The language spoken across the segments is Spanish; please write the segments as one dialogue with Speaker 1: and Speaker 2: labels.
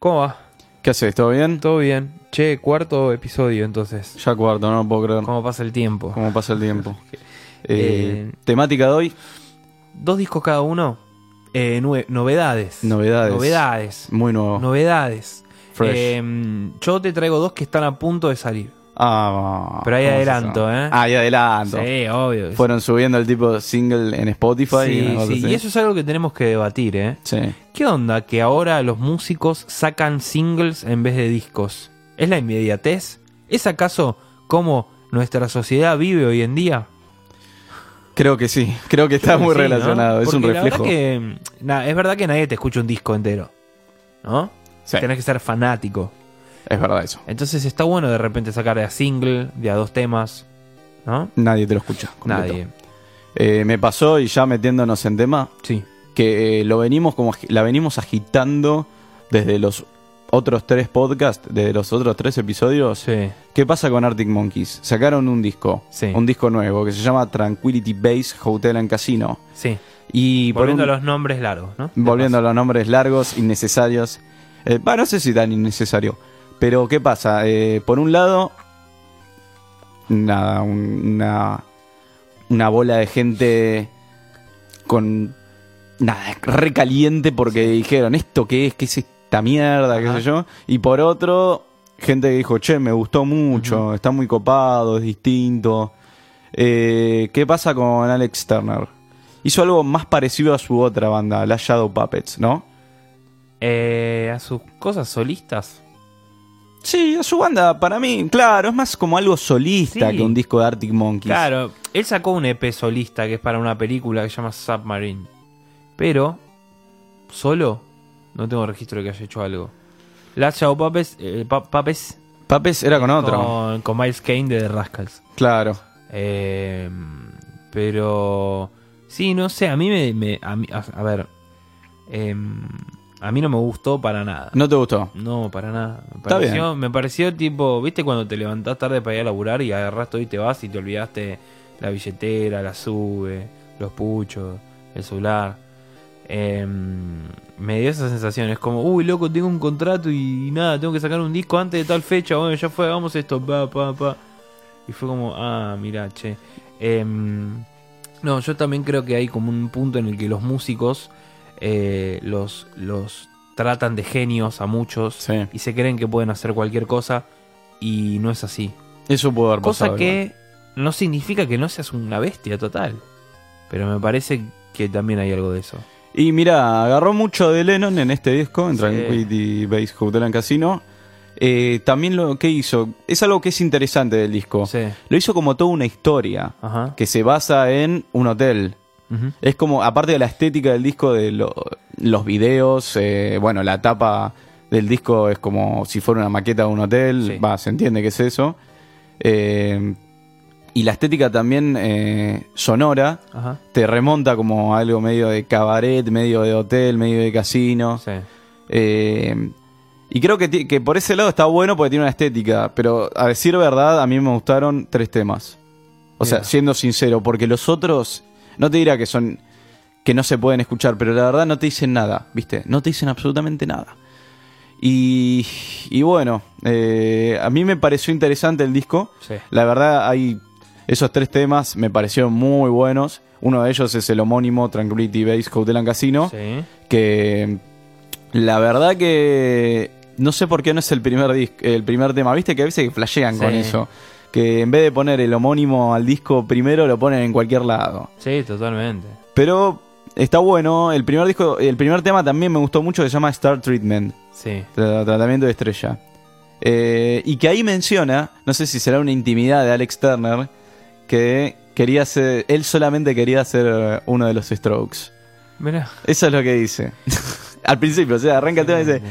Speaker 1: ¿Cómo va?
Speaker 2: ¿Qué haces? ¿Todo bien?
Speaker 1: ¿Todo bien? Che, cuarto episodio entonces.
Speaker 2: Ya cuarto, no lo puedo creer
Speaker 1: ¿Cómo pasa el tiempo?
Speaker 2: cómo pasa el tiempo.
Speaker 1: Eh,
Speaker 2: Eh, temática de hoy,
Speaker 1: Dos discos cada uno. Eh, nue- novedades.
Speaker 2: novedades.
Speaker 1: Novedades.
Speaker 2: Muy nuevo.
Speaker 1: Novedades.
Speaker 2: Fresh.
Speaker 1: Eh, yo te traigo dos que están a punto de salir.
Speaker 2: ah,
Speaker 1: Pero hay
Speaker 2: ¿cómo se
Speaker 1: adelanto,
Speaker 2: llama?
Speaker 1: ¿eh?
Speaker 2: Ah, hay adelanto.
Speaker 1: Sí, obvio.
Speaker 2: Fueron subiendo el tipo single en Spotify.
Speaker 1: Sí,
Speaker 2: una cosa
Speaker 1: sí,
Speaker 2: así.
Speaker 1: Y eso es algo que tenemos que debatir, ¿eh?
Speaker 2: Sí.
Speaker 1: ¿Qué onda que ahora los músicos sacan singles en vez de discos? ¿Es la inmediatez? ¿Es acaso como nuestra sociedad vive hoy en día?
Speaker 2: Creo que sí. Creo que está
Speaker 1: Creo que
Speaker 2: muy
Speaker 1: sí, ¿no?
Speaker 2: relacionado. Es un
Speaker 1: Porque la
Speaker 2: reflejo.
Speaker 1: verdad que, na, es verdad que nadie te escucha un disco entero, ¿no?
Speaker 2: Sí,
Speaker 1: Tenés que ser fanático.
Speaker 2: Es verdad eso.
Speaker 1: Entonces está bueno de repente sacar de a single, de a dos temas, ¿no?
Speaker 2: Nadie te lo escucha. completo.
Speaker 1: Nadie.
Speaker 2: Eh, me pasó y ya metiéndonos en tema,
Speaker 1: Sí.
Speaker 2: que eh, lo venimos como agi- la venimos agitando desde los otros tres podcasts, desde los otros tres episodios.
Speaker 1: Sí.
Speaker 2: ¿Qué pasa con Arctic Monkeys? Sacaron un disco,
Speaker 1: Sí.
Speaker 2: un disco nuevo que se llama Tranquility Base Hotel and Casino.
Speaker 1: Sí.
Speaker 2: Y
Speaker 1: Y
Speaker 2: por
Speaker 1: volviendo
Speaker 2: un-
Speaker 1: a los nombres largos, ¿no?
Speaker 2: volviendo a los nombres largos, innecesarios. Eh, bah, no sé si tan innecesario. Pero ¿qué pasa? Eh, por un lado, nada, un- una, una bola de gente con nada, recaliente porque dijeron, ¿esto qué es? ¿Qué es esta mierda? ¿Qué
Speaker 1: Ajá.
Speaker 2: sé yo? Y por otro, gente que dijo, che, me gustó mucho, está muy copado, es distinto. Eh, ¿Qué pasa con Alex Turner? Hizo algo más parecido a su otra banda, la Shadow Puppets, ¿no?
Speaker 1: Eh, a sus cosas solistas.
Speaker 2: Sí, a su banda, para mí, claro, es más como algo solista
Speaker 1: Sí.
Speaker 2: que un disco de Arctic Monkeys.
Speaker 1: Claro, él sacó un EP solista que es para una película que se llama Submarine. Pero, solo, no tengo registro de que haya hecho algo. Last Shadow Puppets, eh, Pu- Puppets
Speaker 2: Puppets era con otro.
Speaker 1: Con, con Miles Kane de The Rascals.
Speaker 2: Claro.
Speaker 1: Eh, pero. Sí, no sé, a mí me. me- a, mí- a- a ver. eh, a mí no me gustó para nada.
Speaker 2: ¿No te gustó?
Speaker 1: No, para nada. Me
Speaker 2: Está
Speaker 1: pareció, me pareció tipo. ¿Viste cuando te levantás tarde para ir a laburar y agarrás todo y te vas y te olvidaste la billetera, la sube, los puchos, el celular? Eh, me dio esa sensación. Es como, uy, loco, tengo un contrato y nada, tengo que sacar un disco antes de tal fecha. Bueno, ya fue, hagamos esto, pa, pa, pa. Y fue como, ah, mirá, che. Em, no, yo también creo que hay como un punto en el que los músicos eh, los, los tratan de genios a muchos
Speaker 2: Sí.
Speaker 1: y se creen que pueden hacer cualquier cosa y no es así.
Speaker 2: Eso pudo haber
Speaker 1: Cosa
Speaker 2: pasado. igual.
Speaker 1: que no significa que no seas una bestia total. Pero me parece que también hay algo de eso.
Speaker 2: Y mira, agarró mucho de Lennon en este disco, en
Speaker 1: Sí.
Speaker 2: Tranquility Base Hotel and Casino. Eh, también lo que hizo, es algo que es interesante del disco.
Speaker 1: Sí.
Speaker 2: Lo hizo como toda una historia
Speaker 1: Ajá.
Speaker 2: que se basa en un hotel.
Speaker 1: Ujú.
Speaker 2: Es como, aparte de la estética del disco, de lo- los videos, eh, bueno, la tapa del disco es como si fuera una maqueta de un hotel,
Speaker 1: Sí.
Speaker 2: va, se entiende que es eso. Eh, y la estética también eh, sonora
Speaker 1: Ajá.
Speaker 2: te remonta como a algo medio de cabaret, medio de hotel, medio de casino.
Speaker 1: Sí.
Speaker 2: Eh, y creo que, ti- que por ese lado está bueno porque tiene una estética, pero a decir verdad, a mí me gustaron tres temas. O sea,
Speaker 1: Mira.
Speaker 2: siendo sincero, porque los otros, no te dirá que son que no se pueden escuchar, pero la verdad no te dicen nada, ¿viste? No te dicen absolutamente nada. Y, y bueno, eh, a mí me pareció interesante el disco.
Speaker 1: Sí.
Speaker 2: La verdad, hay esos tres temas me parecieron muy buenos. Uno de ellos es el homónimo Tranquility Base Hotel and Casino
Speaker 1: Sí.
Speaker 2: que la verdad que no sé por qué no es el primer disc- el primer tema, viste que a veces que flashean
Speaker 1: Sí.
Speaker 2: con eso, que en vez de poner el homónimo al disco primero lo ponen en cualquier lado.
Speaker 1: Sí, totalmente.
Speaker 2: Pero está bueno, el primer disco, el primer tema también me gustó mucho que se llama Star Treatment,
Speaker 1: Sí.
Speaker 2: tra- tratamiento de estrella. Eh, y que ahí menciona, no sé si será una intimidad de Alex Turner, que quería ser, él solamente quería ser eh, uno de los Strokes.
Speaker 1: Mira.
Speaker 2: Eso es lo que dice. Al principio, o sea, arranca el tema y dice,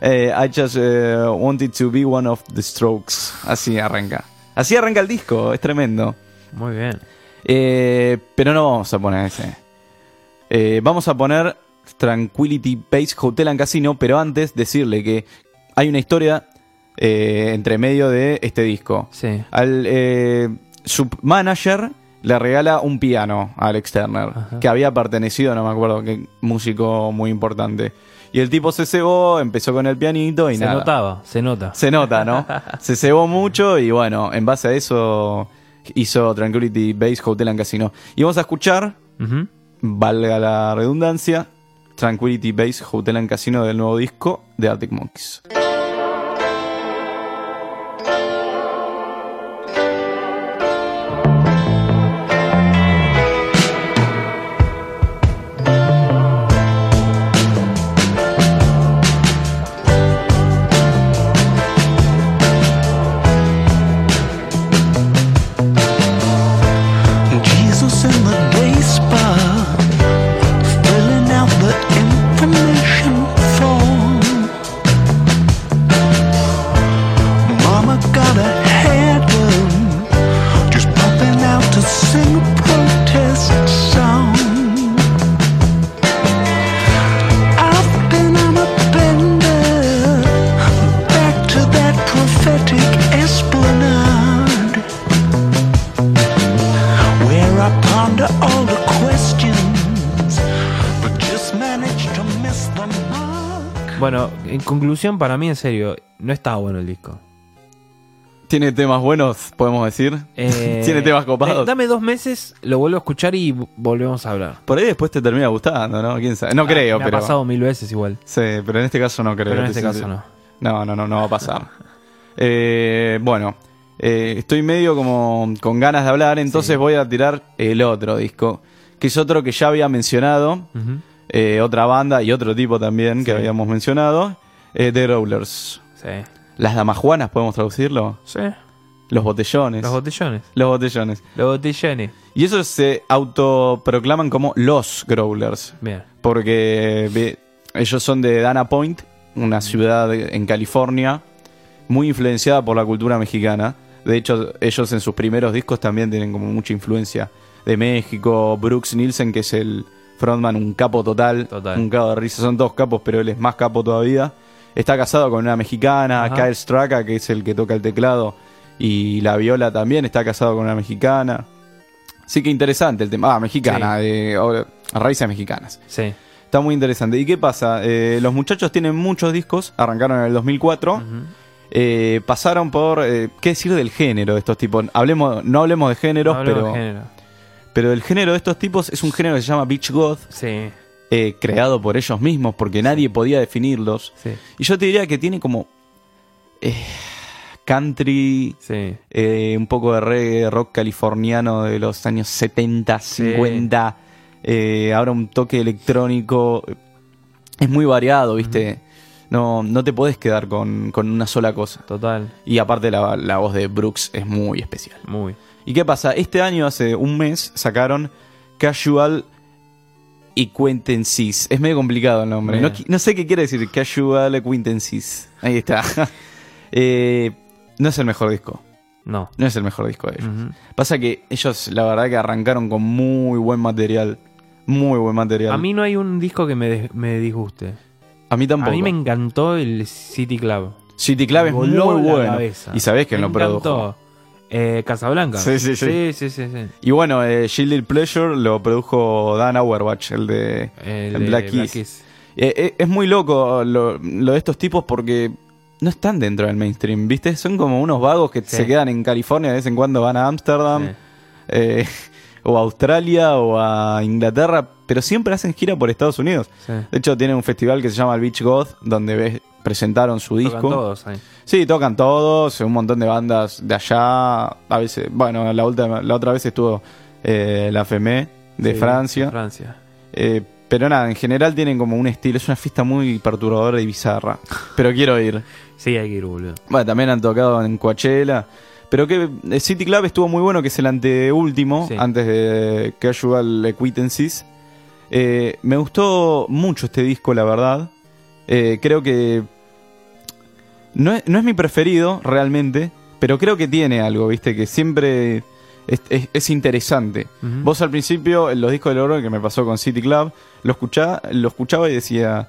Speaker 2: eh, I just eh, wanted to be one of the strokes. Así arranca. Así arranca el disco, es tremendo.
Speaker 1: Muy bien.
Speaker 2: Eh, pero no vamos a poner ese. Eh, vamos a poner Tranquility Base Hotel and Casino, pero antes decirle que hay una historia eh, entre medio de este disco.
Speaker 1: Sí.
Speaker 2: Al, eh, su manager le regala un piano a Alex Turner,
Speaker 1: Ajá.
Speaker 2: que había pertenecido, no me acuerdo, que músico muy importante. Y el tipo se cebó, empezó con el pianito y
Speaker 1: se
Speaker 2: nada.
Speaker 1: notaba, se nota.
Speaker 2: Se nota, ¿no? Se cebó mucho y bueno, en base a eso hizo Tranquility Base Hotel and Casino. Y vamos a escuchar,
Speaker 1: Ujú.
Speaker 2: valga la redundancia, Tranquility Base Hotel and Casino del nuevo disco de Arctic Monkeys.
Speaker 3: Jesus in the day spa, filling out the information form. Mama got a hair done, just popping out to sing a protest song. I've been on a bender, back to that prophetic esplanade where I ponder all the questions, but just manage to miss the mark.
Speaker 1: Bueno, en conclusión, para mí, en serio, no está bueno el disco.
Speaker 2: Tiene temas buenos, podemos decir.
Speaker 1: Eh,
Speaker 2: Tiene temas
Speaker 1: eh,
Speaker 2: copados.
Speaker 1: dame dos meses, lo vuelvo a escuchar y v- volvemos a hablar.
Speaker 2: Por ahí después te termina gustando, ¿no? ¿Quién sabe? No creo,
Speaker 1: Ah, Me
Speaker 2: pero...
Speaker 1: ha pasado mil veces igual.
Speaker 2: Sí, pero en este caso no creo.
Speaker 1: Pero en
Speaker 2: te
Speaker 1: este
Speaker 2: soy
Speaker 1: caso
Speaker 2: sincero.
Speaker 1: no.
Speaker 2: No, no, no, no va a pasar. Eh, bueno, eh, estoy medio como con ganas de hablar, entonces
Speaker 1: Sí.
Speaker 2: voy a tirar el otro disco, que es otro que ya había mencionado,
Speaker 1: Ujú.
Speaker 2: eh, otra banda y otro tipo también que
Speaker 1: Sí.
Speaker 2: habíamos mencionado, eh, The Rollers.
Speaker 1: Sí.
Speaker 2: Las damajuanas, podemos traducirlo.
Speaker 1: Sí.
Speaker 2: Los botellones.
Speaker 1: Los botellones.
Speaker 2: Los botellones.
Speaker 1: Los botellones.
Speaker 2: Y esos se autoproclaman como los Growlers.
Speaker 1: Bien.
Speaker 2: porque ve- ellos son de Dana Point, una ciudad de- en California muy influenciada por la cultura mexicana. De hecho, ellos en sus primeros discos también tienen como mucha influencia de México. Brooks Nielsen, que es el frontman, un capo total,
Speaker 1: Total.
Speaker 2: un capo de risa. Son dos capos, pero él es más capo todavía. Está casado con una mexicana,
Speaker 1: Ajá.
Speaker 2: Kyle Straka, que es el que toca el teclado, y la viola también está casado con una mexicana. Sí que interesante el tema. Ah, mexicana, de- o- raíces mexicanas.
Speaker 1: Sí.
Speaker 2: Está muy interesante. ¿Y qué pasa? Eh, los muchachos tienen muchos discos, arrancaron en el 2004, eh, pasaron por, eh, ¿qué decir del género de estos tipos? Hablemos, no hablemos de géneros,
Speaker 1: No hablemos
Speaker 2: pero,
Speaker 1: de género.
Speaker 2: pero el género de estos tipos es un género que se llama Beach Goth,
Speaker 1: Sí.
Speaker 2: eh, creado por ellos mismos porque nadie podía definirlos.
Speaker 1: Sí.
Speaker 2: Y yo te diría que tiene como eh, country,
Speaker 1: Sí.
Speaker 2: eh, un poco de reggae, rock californiano de los años 70, 50, eh, ahora un toque electrónico. Es muy variado, ¿viste? No, no te podés quedar con, con una sola cosa.
Speaker 1: Total.
Speaker 2: Y aparte la, la voz de Brooks es muy especial.
Speaker 1: Muy.
Speaker 2: ¿Y qué pasa? Este año, hace un mes, sacaron Casual Acquaintances. Es medio complicado el nombre. No,
Speaker 1: Bien.
Speaker 2: qui- no sé qué quiere decir Casual Acquaintances. Ahí está. Eh, no es el mejor disco.
Speaker 1: No.
Speaker 2: No es el mejor disco de ellos.
Speaker 1: Ujú.
Speaker 2: Pasa que ellos, la verdad, que arrancaron con muy buen material. Muy buen material.
Speaker 1: A mí no hay un disco que me, des- me disguste.
Speaker 2: A mí tampoco.
Speaker 1: A mí me encantó el City Club.
Speaker 2: City Club es muy
Speaker 1: Voló la
Speaker 2: bueno.
Speaker 1: cabeza.
Speaker 2: Y sabés que
Speaker 1: me
Speaker 2: lo produjo.
Speaker 1: encantó. Eh, Casablanca.
Speaker 2: Sí, sí, sí.
Speaker 1: Sí, sí, sí, sí.
Speaker 2: Y bueno, eh, Shielded Pleasure lo produjo Dan Auerbach, el de.
Speaker 1: El de
Speaker 2: En Black Keys. Eh, eh, es muy loco lo, lo de estos tipos porque no están dentro del mainstream, ¿viste? Son como unos vagos que
Speaker 1: Sí.
Speaker 2: se quedan en California, de vez en cuando van a Ámsterdam.
Speaker 1: Sí.
Speaker 2: eh, o a Australia o a Inglaterra, pero siempre hacen gira por Estados Unidos.
Speaker 1: Sí.
Speaker 2: De hecho, tienen un festival que se llama el Beach Goth, donde ves- presentaron su
Speaker 1: Tocan
Speaker 2: disco.
Speaker 1: todos ahí.
Speaker 2: Sí, tocan todos, un montón de bandas de allá. A veces, bueno, la, última, la otra vez estuvo eh, la FME de
Speaker 1: Sí,
Speaker 2: Francia.
Speaker 1: de Francia.
Speaker 2: Eh, pero nada, en general tienen como un estilo, es una fiesta muy perturbadora y bizarra. Pero quiero ir.
Speaker 1: Sí, hay que ir, boludo.
Speaker 2: Bueno, también han tocado en Coachella. Pero que eh, City Club estuvo muy bueno, que es el anteúltimo,
Speaker 1: Sí.
Speaker 2: antes de Casual Acquaintances. Eh, me gustó mucho este disco, la verdad. Eh, creo que. No es, no es mi preferido, realmente. Pero creo que tiene algo, viste, que siempre es, es- es interesante.
Speaker 1: Ujú.
Speaker 2: Vos al principio, en los discos del oro que me pasó con City Club, lo escuchaba, lo escuchaba y decía.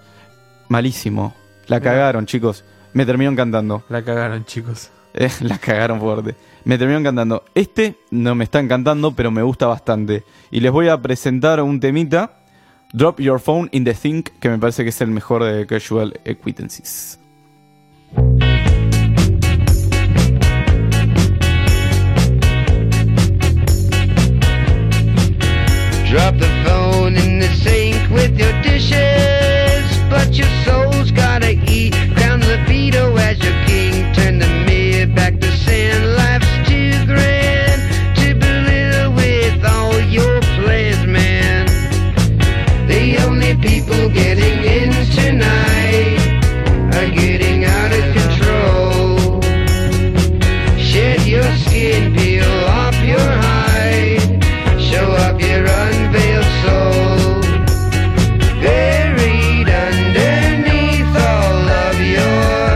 Speaker 2: Malísimo. La
Speaker 1: Mirá.
Speaker 2: cagaron, chicos. Me terminaron cantando.
Speaker 1: La cagaron, chicos.
Speaker 2: Eh, la cagaron fuerte. Me terminó encantando. Este no me está encantando, pero me gusta bastante. Y les voy a presentar un temita Drop Your Phone in the Think, que me parece que es el mejor de Casual Acquaintances.
Speaker 4: Drop the phone in the sink with your dishes. But your soul's gotta eat. Crown libido as your king. Turn the mirror back to sand. Life's too grand to belittle with all your plans, man. The only people getting in tonight are getting out of control. Shed your skin, peel off your hide, show up your unveiled soul. Buried underneath all of your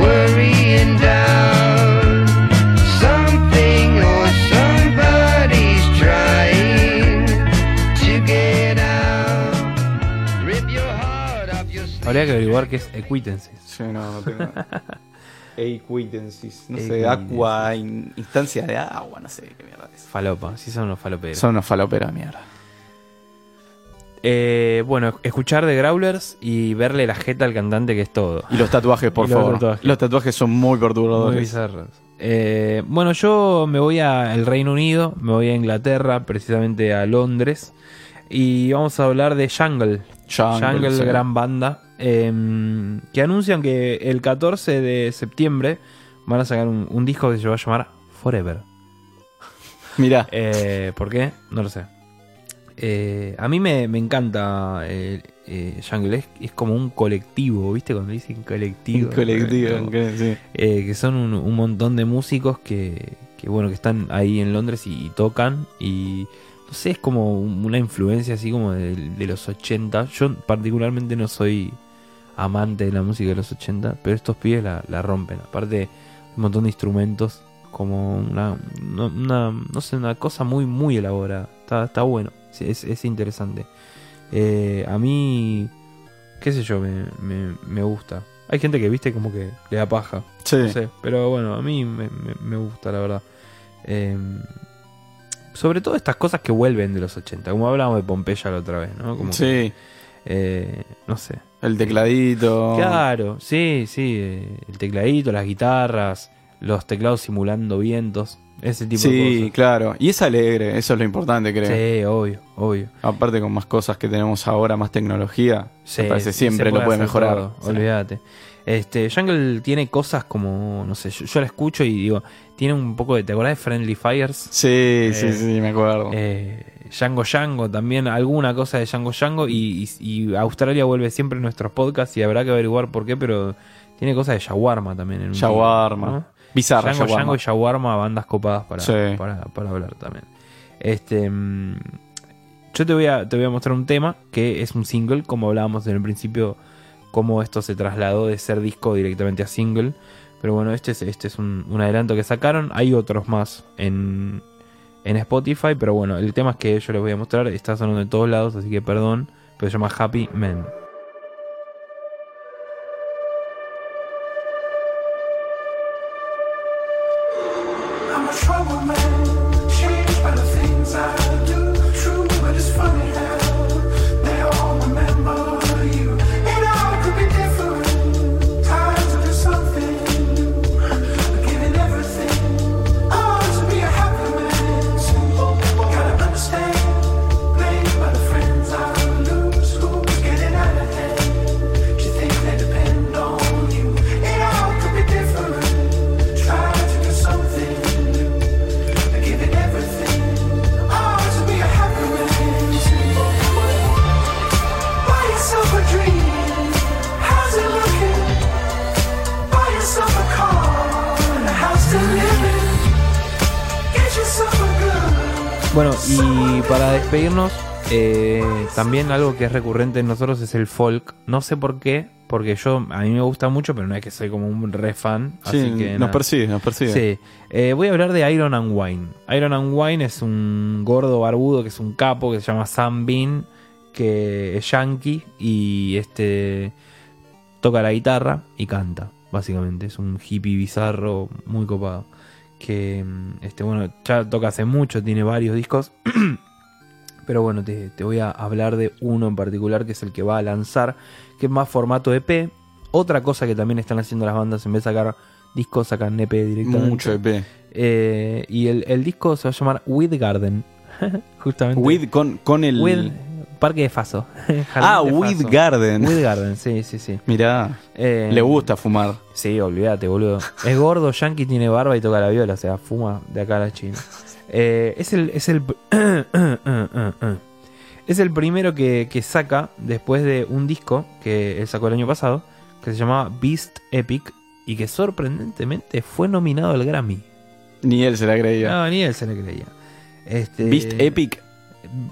Speaker 4: worry and doubt. Something or somebody's trying to get out. Rip your heart off your sleeve.
Speaker 1: Habría que averiguar qué es Equitances.
Speaker 2: Sí, no, no tengo. Acquaintances, no
Speaker 1: Acquaintances.
Speaker 2: sé, agua, in- instancia de agua, no sé qué mierda es.
Speaker 1: Falopa, sí son unos faloperos.
Speaker 2: Son unos faloperos de mierda.
Speaker 1: Eh, bueno, escuchar de Growlers y verle la jeta al cantante que es todo.
Speaker 2: Ah, Y los tatuajes, por
Speaker 1: Y los
Speaker 2: favor.
Speaker 1: tatuajes.
Speaker 2: Los tatuajes son muy
Speaker 1: Muy
Speaker 2: perturbadores.
Speaker 1: bizarros. Eh, bueno, yo me voy al Reino Unido, me voy a Inglaterra, precisamente a Londres. Y vamos a hablar de Jungle. Jungle,
Speaker 2: sí.
Speaker 1: gran banda. eh, que anuncian que el 14 de septiembre van a sacar un, un disco que se va a llamar Forever.
Speaker 2: Mirá,
Speaker 1: Eh, ¿Por qué? No lo sé. Eh, a mí me, me encanta eh, eh, Jungle. Es, es como un colectivo, ¿viste? Cuando dicen colectivo.
Speaker 2: un colectivo.
Speaker 1: eh,
Speaker 2: un cole- sí.
Speaker 1: eh, que son un, un montón de músicos que, que, bueno que están ahí en Londres y, y tocan y no sé es como un- una influencia así como de, de los 80 yo particularmente no soy amante de la música de los 80 pero estos pibes la, la rompen aparte un montón de instrumentos como una, una- una- no sé una cosa muy muy elaborada está, está bueno Sí, es, es interesante Eh, a mí qué sé yo me, me- me gusta hay gente que viste como que le da paja
Speaker 2: Sí.
Speaker 1: no sé, pero bueno, a mí me, me- me gusta, la verdad. Eh, sobre todo estas cosas que vuelven de los 80, como hablábamos de Pompeya la otra vez, ¿no? Como que,
Speaker 2: Sí,
Speaker 1: eh, no sé.
Speaker 2: el tecladito.
Speaker 1: Claro, sí, sí, eh, el tecladito, las guitarras, los teclados simulando vientos, ese tipo
Speaker 2: Sí,
Speaker 1: de cosas.
Speaker 2: claro. Y es alegre, eso es lo importante, creo.
Speaker 1: Sí, obvio, obvio.
Speaker 2: Aparte con más cosas que tenemos ahora, más tecnología,
Speaker 1: Sí,
Speaker 2: me parece
Speaker 1: sí,
Speaker 2: siempre
Speaker 1: se
Speaker 2: lo puede
Speaker 1: hacer
Speaker 2: mejorar.
Speaker 1: todo,
Speaker 2: Sí.
Speaker 1: Olvídate. Este, Jungle tiene cosas como, no sé, yo, yo la escucho y digo, tiene un poco de, ¿te acordás de Friendly Fires?
Speaker 2: Sí, sí,
Speaker 1: Eh,
Speaker 2: sí, me acuerdo.
Speaker 1: Eh, Django Django también, alguna cosa de Django Django. Y, y- y Australia vuelve siempre en nuestros podcasts y habrá que averiguar por qué, pero tiene cosas de Shawarma también. En un
Speaker 2: Shawarma.
Speaker 1: tiempo, ¿no?
Speaker 2: Bizarra
Speaker 1: Django
Speaker 2: Shawarma.
Speaker 1: Django y Shawarma, bandas copadas para,
Speaker 2: Sí.
Speaker 1: para, para hablar también. Este, mm, yo te voy, a, te voy a mostrar un tema que es un single, como hablábamos en el principio, cómo esto se trasladó de ser disco directamente a single. Pero bueno, este es, este es un, un adelanto que sacaron. Hay otros más en, en Spotify, pero bueno, el tema es que yo les voy a mostrar. Está sonando en todos lados, así que perdón, pero se llama Happy Men.
Speaker 5: I'm a trouble man, changed by the things I do. True, but it's funny how they all remember you. It all could be different. Times to do something, giving everything. Oh, to be a happy man. Gotta understand, blamed by the friends I lose. Who's getting out of hand? You think they depend on you? It all could be different. Try to do something new. I give it everything. Oh, to be a happy man. Buy yourself a dream. How's it looking? Buy yourself a car and a house to live in. Get yourself a gun.
Speaker 1: Bueno, y para despedirnos, eh, también algo que es recurrente en nosotros es el folk. No sé por qué, porque yo a mí me gusta mucho, pero no es que soy como un re fan.
Speaker 2: Sí,
Speaker 1: así que
Speaker 2: nos
Speaker 1: nada.
Speaker 2: persigue, nos persigue.
Speaker 1: Sí. Eh, voy a hablar de Iron and Wine. Iron and Wine es un gordo barbudo que es un capo que se llama Sam Bean, que es yankee y este toca la guitarra y canta, básicamente. Es un hippie bizarro muy copado. Que mm, este, bueno, ya toca hace mucho, tiene varios discos. Pero bueno, te, te voy a hablar de uno en particular que es el que va a lanzar, que es más formato EP. Otra cosa que también están haciendo las bandas, en vez de sacar discos, sacan EP directamente.
Speaker 2: Mucho E EP.
Speaker 1: Eh, y el, el disco se va a llamar With Garden. Justamente.
Speaker 2: With con, con el.
Speaker 1: With- Parque de Faso. Jardín
Speaker 2: ah,
Speaker 1: de
Speaker 2: With
Speaker 1: Faso.
Speaker 2: Garden.
Speaker 1: With Garden, sí, sí, sí.
Speaker 2: Mirá,
Speaker 1: Eh,
Speaker 2: le gusta fumar.
Speaker 1: Sí, olvídate, boludo. Es gordo, yankee, tiene barba y toca la viola, o sea, fuma de acá a la China. Eh, es el. Es el. es el primero que, que saca después de un disco que él sacó el año pasado, que se llamaba Beast Epic, y que sorprendentemente fue nominado al Grammy.
Speaker 2: Ni él se la creía.
Speaker 1: No, ni él se le creía. Este,
Speaker 2: Beast Epic,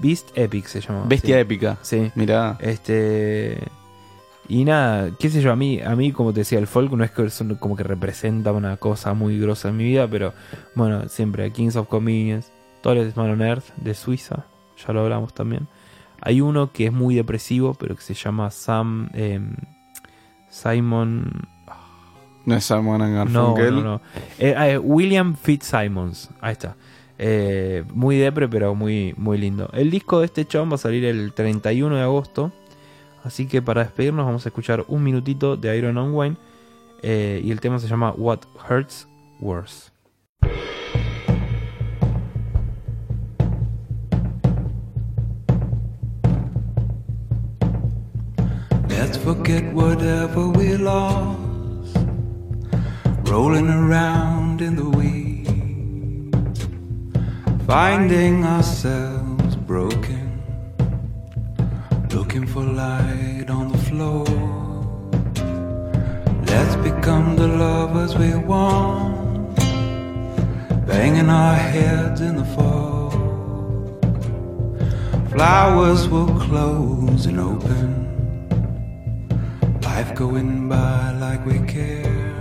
Speaker 1: Beast Epic se llamaba.
Speaker 2: bestia
Speaker 1: sí.
Speaker 2: épica.
Speaker 1: Sí.
Speaker 2: Mirá.
Speaker 1: Este. Y nada, qué sé yo, a mí, a mí, como te decía, el folk no es que es un- como que representa una cosa muy grosa en mi vida, pero bueno, siempre Kings of Convenience, Torres Man on Earth de Suiza, ya lo hablamos también. Hay uno que es muy depresivo, pero que se llama Sam. em, Simon.
Speaker 2: No es Simon and
Speaker 1: No,
Speaker 2: Garfunkel.
Speaker 1: no, no. Eh, ah, eh, William Fitzsimons. Ahí está. Eh, muy depre, pero muy, muy lindo. El disco de este chabón va a salir el 31 de agosto. Así que para despedirnos vamos a escuchar un minutito de Iron On Wine. eh, y el tema se llama What Hurts Worse.
Speaker 3: Let's forget whatever we lost, rolling around in the weeds, finding ourselves broken, looking for light on the floor. Let's become the lovers we want, banging our heads in the fog. Flowers will close and open. Life going by like we care.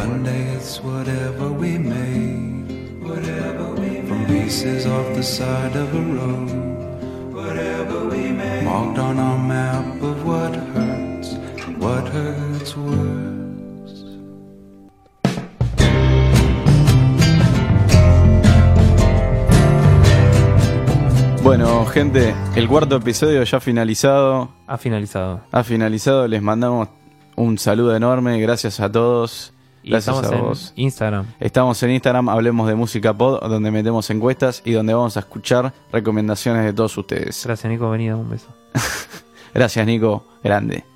Speaker 3: One day it's whatever we make, whatever we make. From pieces off the side of a road, whatever we make. Marked on our map of what hurts, and what hurts worse.
Speaker 2: Bueno, gente, el cuarto episodio ya finalizado.
Speaker 1: Ha finalizado.
Speaker 2: Ha finalizado, les mandamos un saludo enorme. Gracias a todos.
Speaker 1: Y
Speaker 2: Gracias
Speaker 1: estamos
Speaker 2: a
Speaker 1: en
Speaker 2: vos.
Speaker 1: Instagram.
Speaker 2: Estamos en Instagram, hablemos de música pod, donde metemos encuestas y donde vamos a escuchar recomendaciones de todos ustedes.
Speaker 1: Gracias, Nico. Venida, un beso.
Speaker 2: Gracias, Nico. Grande.